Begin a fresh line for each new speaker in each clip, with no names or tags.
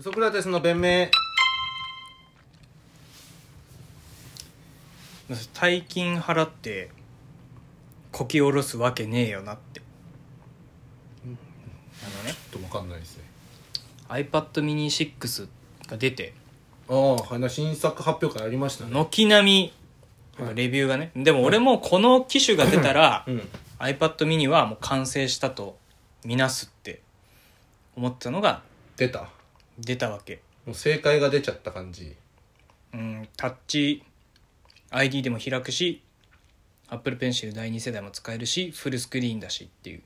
ソクラテスの弁明
大金払ってこき下ろすわけねえよなってあのね
とわかんないですね
iPad mini6 が出て
ああはいな新作発表会ありましたね
軒並みレビューがね、でも俺もこの機種が出たら、
うん
iPad mini はもう完成したとみなすって思ったのが
出た
出たわけ
もう正解が出ちゃった感じ
うんタッチ ID でも開くし Apple Pencil 第2世代も使えるしフルスクリーンだしっていう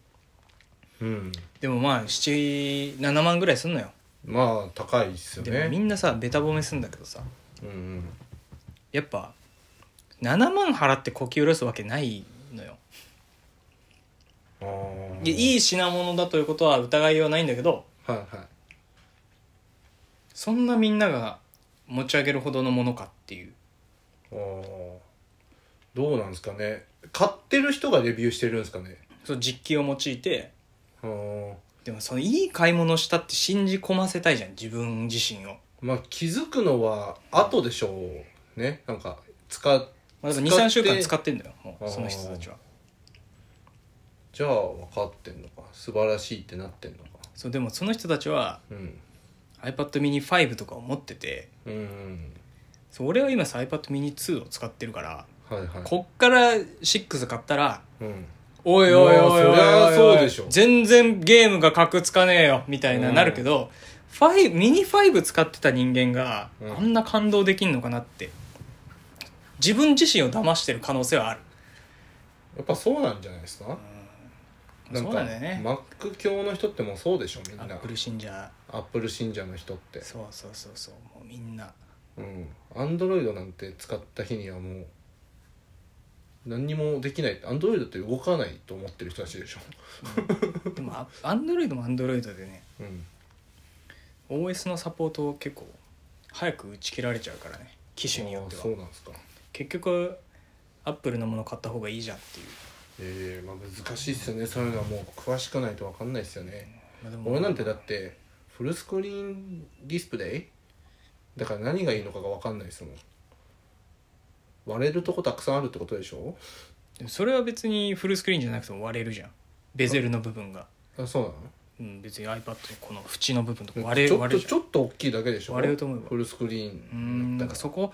うん
でもまあ77万ぐらいすんのよ
まあ高いっすよ
でもみ
ね
んなさべた褒めすんだけどさ
うんうん
やっぱ7万払ってこき下ろすわけないのよ
ああ
でいい品物だということは疑いはないんだけど
はいはい
そんなみんなが持ち上げるほどのものかっていう
あーどうなんですかね買ってる人がレビューしてるんですかね
そう実機を用いて
あー
でもそのいい買い物したって信じ込ませたいじゃん自分自身を、
まあ気づくのは後でしょうねなんか使っ
まあ、
使って
23週間使ってんだよも
あ
う
ー
その人たちは
じゃあ分かってんのか素晴らしいってなってんのか
そうでもその人たちは
うん
iPadmini5 とかを持ってて
うんうん
そう俺は今さ iPadmini2 を使ってるから
はいはい
こっから6買ったら
うん
おいおいおいおいおいおい
まあそりゃそうでしょ
全然ゲームが格つかねえよみたいな
うん
なるけど、ファイミニ5使ってた人間が
うん
あんな感動できんのかなって自分自身を騙してる可能性はある
やっぱそうなんじゃないですかなん
そ
か
うなんだよね
Mac 教の人ってもうそうでしょみん
ア
な
ップル信者
アップル信者の人って
そうそうそうそうもうみんな
うんアンドロイドなんて使った日にはもう何にもできないアンドロイドって動かないと思ってる人たちでしょ、
でもあアンドロイドもアンドロイドでね
うん、
OS のサポートを結構早く打ち切られちゃうからね機種によって
あーそう
は
なんですか
結局アップルのもの買った方がいいじゃんってい
え
う、
えまあ難しいっすよねそういうのはもう詳しくないと分かんないっすよね
まあでも
俺なんてだってフルスクリーンディスプレイだから何がいいのかが分かんないっすもん割れるとこたくさんあるってことでしょ
でもそれは別にフルスクリーンじゃなくても割れるじゃんベゼルの部分が、
あそうな
うん、別に iPad のこの縁の部分とか
の
割れ
ち
る
ょっ
割れ
と
るじ
ち
ゃん
ょっと大きいだけでしょ
割れると思うわ
フルスクリー
う
ン
ん
だ
なん
った
からそこ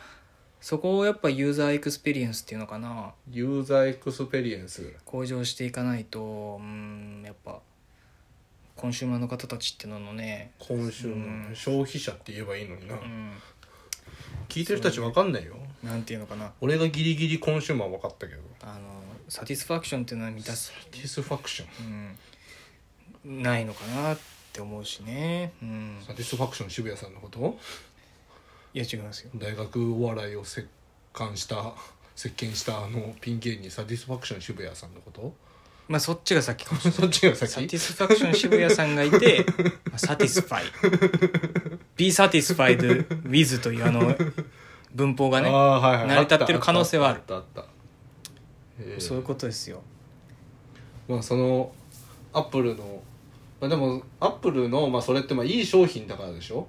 そこをやっぱユーザーエクスペリエンスっていうのかな
ユーザーエクスペリエンス
向上していかないとうんやっぱコンシューマーの方たちっていうののね、
今週
うん
の消費者って言えばいいのにな、
うん、
聞いてる人たち分かんないよ
なんていうのかな
俺がギリギリコンシューマー分かったけど
あのサティスファクションっていうのは満たす、
ディスファクション
うん、ないのかなって思うしね、うん、
サティスファクション渋谷さんのこと
いや違いますよ
大学お笑いを席巻した席巻したあのピン芸人サティスファクション渋谷さんのこと
まあそっちが先かもしれない
そっちが
サテ
先
ィスファクション渋谷さんがい て、まあサティスファイ。be satisfied with というあの文法が
あ
ね、
あはいはい
成り立ってる可能性はある
ったあったあったえー
そういうことですよ。
まあそのアップルのまあでもアップルのまあそれってまあいい商品だからでしょ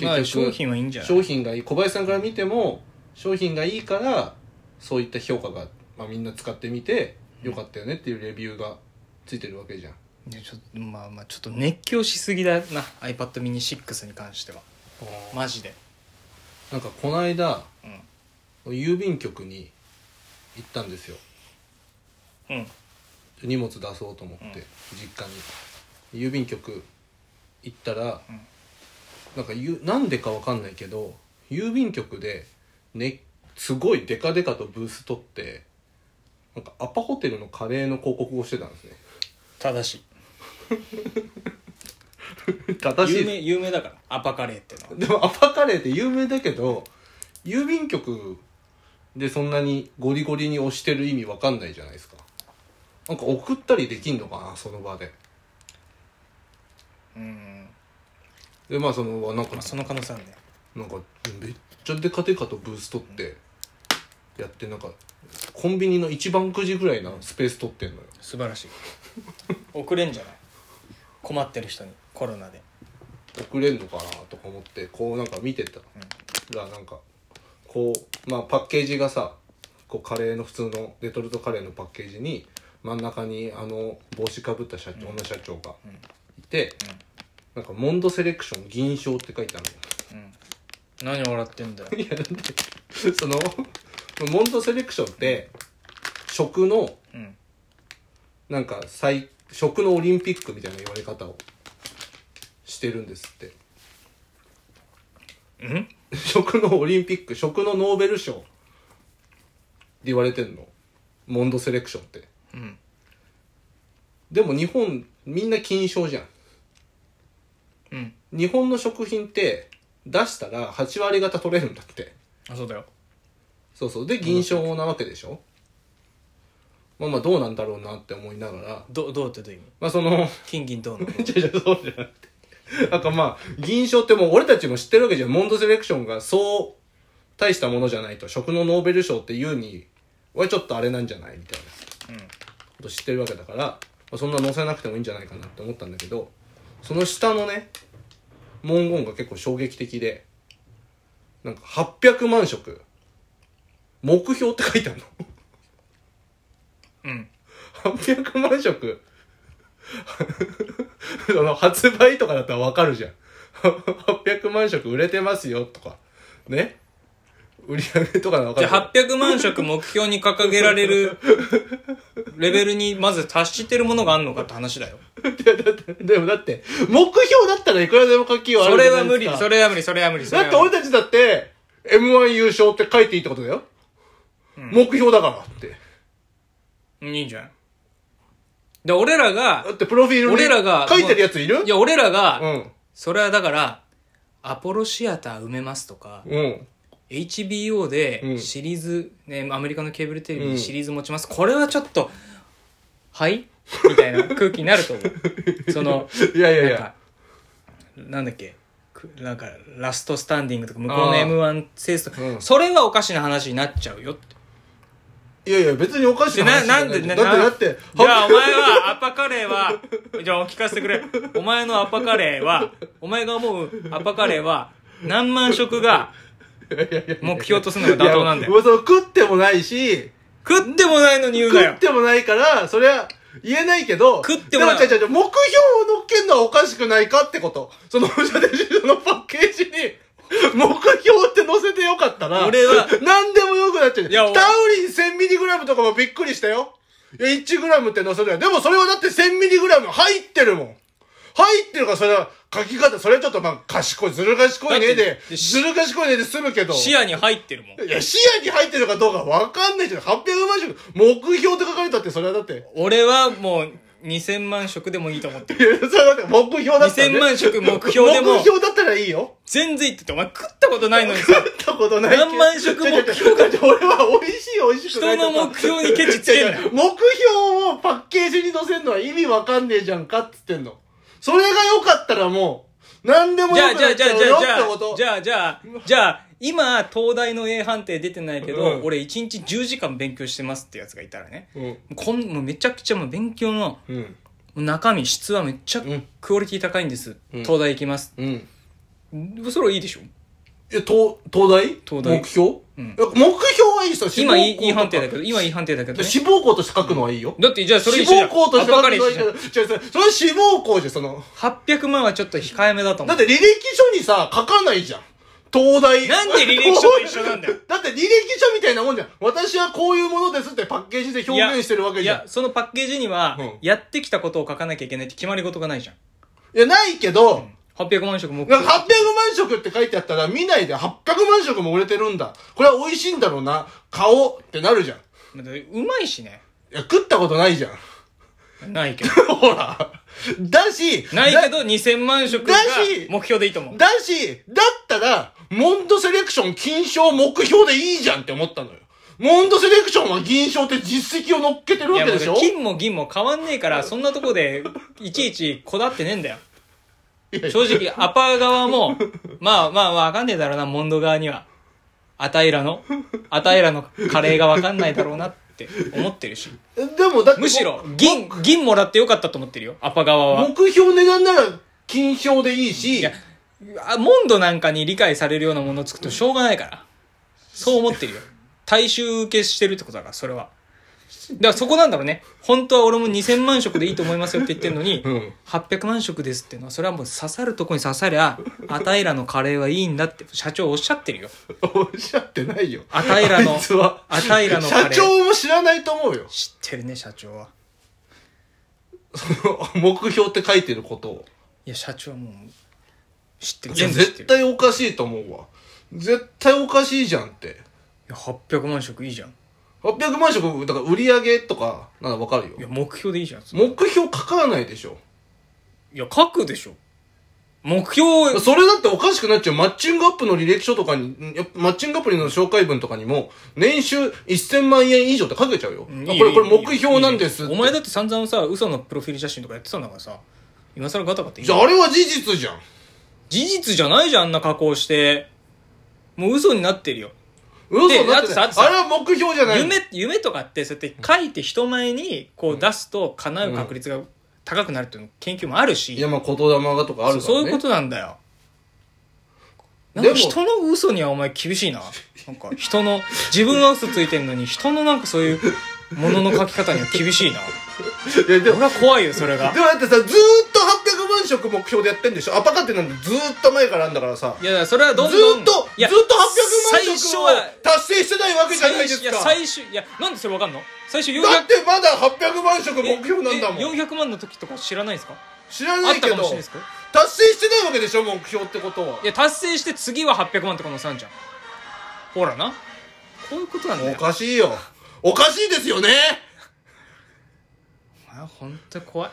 まあ商品はいいんじゃない
商品がいい小林さんから見ても商品がいいからそういった評価が、まあ、みんな使ってみてよかったよねっていうレビューがついてるわけじゃん
いやちょっとまあまあちょっと熱狂しすぎだな iPad mini 6に関してはマジで、
なんかこの間
う
郵便局に行ったんですよ
んうん、
荷物出そうと思って、
うん
実家に郵便局行ったら、
うん
なんかゆなんでかわかんないけど郵便局で、ね、すごいデカデカとブース取ってなんかアパホテルのカレーの広告をしてたんです ね
ただし
正し
有
い
名有名だからアパカレーっての
で
は
もアパカレーって有名だけど郵便局でそんなにゴリゴリに押してる意味わかんないじゃないですかなんか送ったりできんのかなその場で
うん、
でまあそのなんか
まあ、その可能性あるね
なんかめっちゃデカデカとブース取ってやってなんかコンビニの一番くじぐらいなスペース取ってんのよ
素晴 らしい遅れんじゃない困ってる人にコロナで
送れんのかなと思ってこうなんか見てたらなんかこうまあパッケージがさこうカレーの普通のレトルトカレーのパッケージに真ん中にあの帽子かぶった社長、女社長がいて、なんかモンドセレクション銀賞って書いてあるのよ
何笑っ てんだよ
いやだって そのモンドセレクションって食の
うん
なんか最食のオリンピックみたいな言われ方をしてるんですって
うん
食のオリンピック食のノーベル賞って言われてんのモンドセレクションって
うん
でも日本みんな金賞じゃん
うん
日本の食品って出したら8割方取れるんだって
あそうだよ
そうそうで銀賞なわけでしょまあまあどうなんだろうなって思いながら
どどうってどういう意味
まあその
金 銀銅の
じゃじゃそうじゃなくて。なんかまあ、銀賞ってもう俺たちも知ってるわけじゃん。モンドセレクションがそう大したものじゃないと。食のノーベル賞っていうに、はちょっとあれなんじゃないみたいなこと知ってるわけだから、まあそんな載せなくてもいいんじゃないかなって思ったんだけど、その下のね、文言が結構衝撃的で、なんか800万食、目標って書いてあるの。
うんうん
800万食 その発売とかだったらわかるじゃん800万食売れてますよとかね売り上げとかならわか
じ
る
ゃあ800万食目標に掲げられ るレベルにまず達してるものがあんのかって話だよ
でもだって目標だったらいくらでも書きようあ
そ
るじ
れ
ゃな
は
で
い無
す
理
か
それは無理それは無理それ
だ
は
って
無理
俺たちだって m 1優勝って書いていいってことだよ、目標だからって
うんいいんじゃんで俺らが
だってプロフィールに
俺らが
書いてるやついる
いや俺らが、
うん
それはだからアポロシアター埋めますとか、
うん、
HBO
う
で
ん
シリーズ、ね、アメリカのケーブルテレビ
う
に
ん
シリーズ持ちます、これはちょっとはいみたいな空気になると思 うその
いやいやい
なん
や
かなんだっけくなんかラストスタンディングとか向こうの
あー
m 1制すとか、
うん
それはおかしな話になっちゃうよって
いやいや別におかし
で
い
な
話じゃ
ないんで
だ
な
ってだって
じゃあお前はアッパカレーはじゃあお聞かせてくれお前のアッパカレーはお前が思うアッパカレーは何万食が目標とするのが妥当なんだ
い
よ
やもうその食ってもないし、
食ってもないのに言うな
食
よ
ってもないから、それは言えないけど、
食ってもない
だから違う違う目標を乗っけるのはおかしくないかってこと。その、そのパッケージに、 目標って載せてよかったら、
俺は
何でもよくなっちゃう。
いや俺
タウリン1000ミリグラムとかもびっくりしたよ。いや、1グラムって載せるよ。でもそれはだって1000ミリグラム入ってるもん。入ってるから、それは、書き方、それはちょっとまあ、賢い、ずる賢いね
だっ
で、
て
ずる賢いねで済むけど。
視野に入ってるもん
いや、視野に入ってるかどうかわかんないじゃん。800万食、目標って書かれたって、それはだって。い や、
俺はもう2000万食でもいいと思ってる
それはだって目標だったら、
2000万食目標でも
目標だったらいいよ。
全然いいって言ってお前食ったことないのに
食
さ
ったことないけど。
何万食目標
ちょちょちょちょ俺は美味しい美味しくないとか。
人の目標にケチつけんな
違う
よ
違う目標をパッケージに載せるのは意味わかんねえじゃんかって言ってんの。それが良かったらもう、何でも
じ
よ
ゃあ
く
じゃ
な
あ
っち
じゃ
ゃう
あじ
よっ
ゃあじ
て
ゃ
こ
あ
と。
じゃあじゃあ じゃあ今東大の A 判定出てないけど、
うん
俺1日10時間勉強してますってやつがいたらね
うん。
こんもうめちゃくちゃもう勉強の
うん。
中身質はめっちゃ
うん
クオリティ高いんです、
うん
東大行きます、
うん。
それはいいでしょ
え、東、東大
東大
目標、
うん
いや目標はいいっすよ。
今い
志望校とか
いいい判定だけど今いい判定だけど、ね、
志望校として書くのはいいよ。
だってじゃあそれ
志
一緒じゃ
望
ん
校として
ア
書
ッ
く
パカ
の
レー
はいい
一緒
け
じゃ
ど、違う違
ん
う、それ志望校じゃん、その。
800万はちょっと控えめだと思
だっ
う
て履歴書にさ、書かないじゃん。東大。
なんで履歴書と一緒なんだよ
だって履歴書みたいなもんじゃん。私はこういうものですってパッケージで表現してるわけじゃん。い
いや
や、
そのパッケージには、
うん
やってきたことを書かなきゃいけないって決まり事がないじゃん
ないけど、
800万食目
なん
標
か800万食って書いてあったら見ないで800万食も売れてるんだ。これは美味しいんだろうな。買おうってなるじゃん。い
まあうまいしね
や、食ったことないじゃん。
ないけど
ほら。だし、
ないけど2000万食が
だし
目標でいいと思う
だし、だったら、モンドセレクション金賞目標でいいじゃんって思ったのよ。モンドセレクションは銀賞って実績を乗っけてる
い
わ
や
け
も
で
う
しょ
金も銀も変わんねえからそんなとこでいちいちこだわってねえんだよ
いや
正直アパー側もまあまあわかんねえだろうなモンド側にはあたいらのあたいらのカレーがわかんないだろうなって思ってるし
でもだっても
むしろ銀銀もらってよかったと思ってるよアパ側は
目標値段なら金賞でいいし、
いやあモンドなんかに理解されるようなものを作ってもしょうがないから。そう思ってるよ。大衆受けしてるってことだから、それは。だからそこなんだろうね。本当は俺も2000万食でいいと思いますよって言ってるのに、
うん
800万食ですっていうのは、それはもう刺さるとこに刺さりゃ、あたいらのカレーはいいんだって社長おっしゃってるよ。
おっしゃってないよ。
あたいらの
あいつは。
あたいらのカレ
社
ー。
長も知らないと思 うよ。
知ってるね、社長は。
目標って書いてることを。
いや、社長はもう、知ってる。
いや
全部知って
絶
る。い
対おかしいと思うわ。絶対おかしいじゃんって。
や、800万食いいじゃん。
800万食、だから売り上げとか、ならわかる
いや、
よ。
目標でいいじゃん。
目標書かないでしょ。
いや、書くでしょ。目標 を、
それだっておかしくなっちゃう。マッチングアップの履歴書とかに、んやっぱマッチングアプリの紹介文とかにも、年収1000万円以上って書けちゃうよ。
うん
あ
いい
こ
よ
れ、これ
いいよ
目標なんですって
お前だって散々さ、嘘のプロフィール写真とかやってたんだからさ、今更ガタガタ言う
じゃああれは事実じゃん。
事実じゃないじゃん、あんな加工して。もう嘘になってるよ。
嘘だっ
だって
て
さ
ない
だってさ
あれは目標じゃない。
夢、夢とかって、そうやって書いて人前にこう出すと叶う確率が高くなるっていうの研究もあるし、
いや、まあ、言霊がとかあるから、ね。
そういうことなんだよ。なん
で
か
も
人の嘘にはお前厳しいな。なんか人の、自分は嘘ついてんのに人のなんかそういうものの書き方には厳しいな。
いや、 でも、
俺は怖いよ、それが
で。もだってさ、ずーっと800万食目標でやってんでしょアパカってなんてずーっと前からあんだからさ。
いや、それは
ずー
ど
っと、
ん
ずー
どん。
っと
いや
800万
最初
食を
は、
達成してないわけじゃないで
最
す
初、い
か。
や、最終、いや、なんでそれわかんの最初400
だってまだ800万食目標なんだもん。
ええ400万の時とか知らないですか
知ら
あ
な
っ
い
た
け
か
ど、
もしれない
達
ですか。
成してないわけでしょ目標ってことはい
や、達成して次は800万とかのさんじゃん。ほらな。こういうことなんだ
お
よ。
かしいよ。おかしいですよね
あ、ほんと怖い。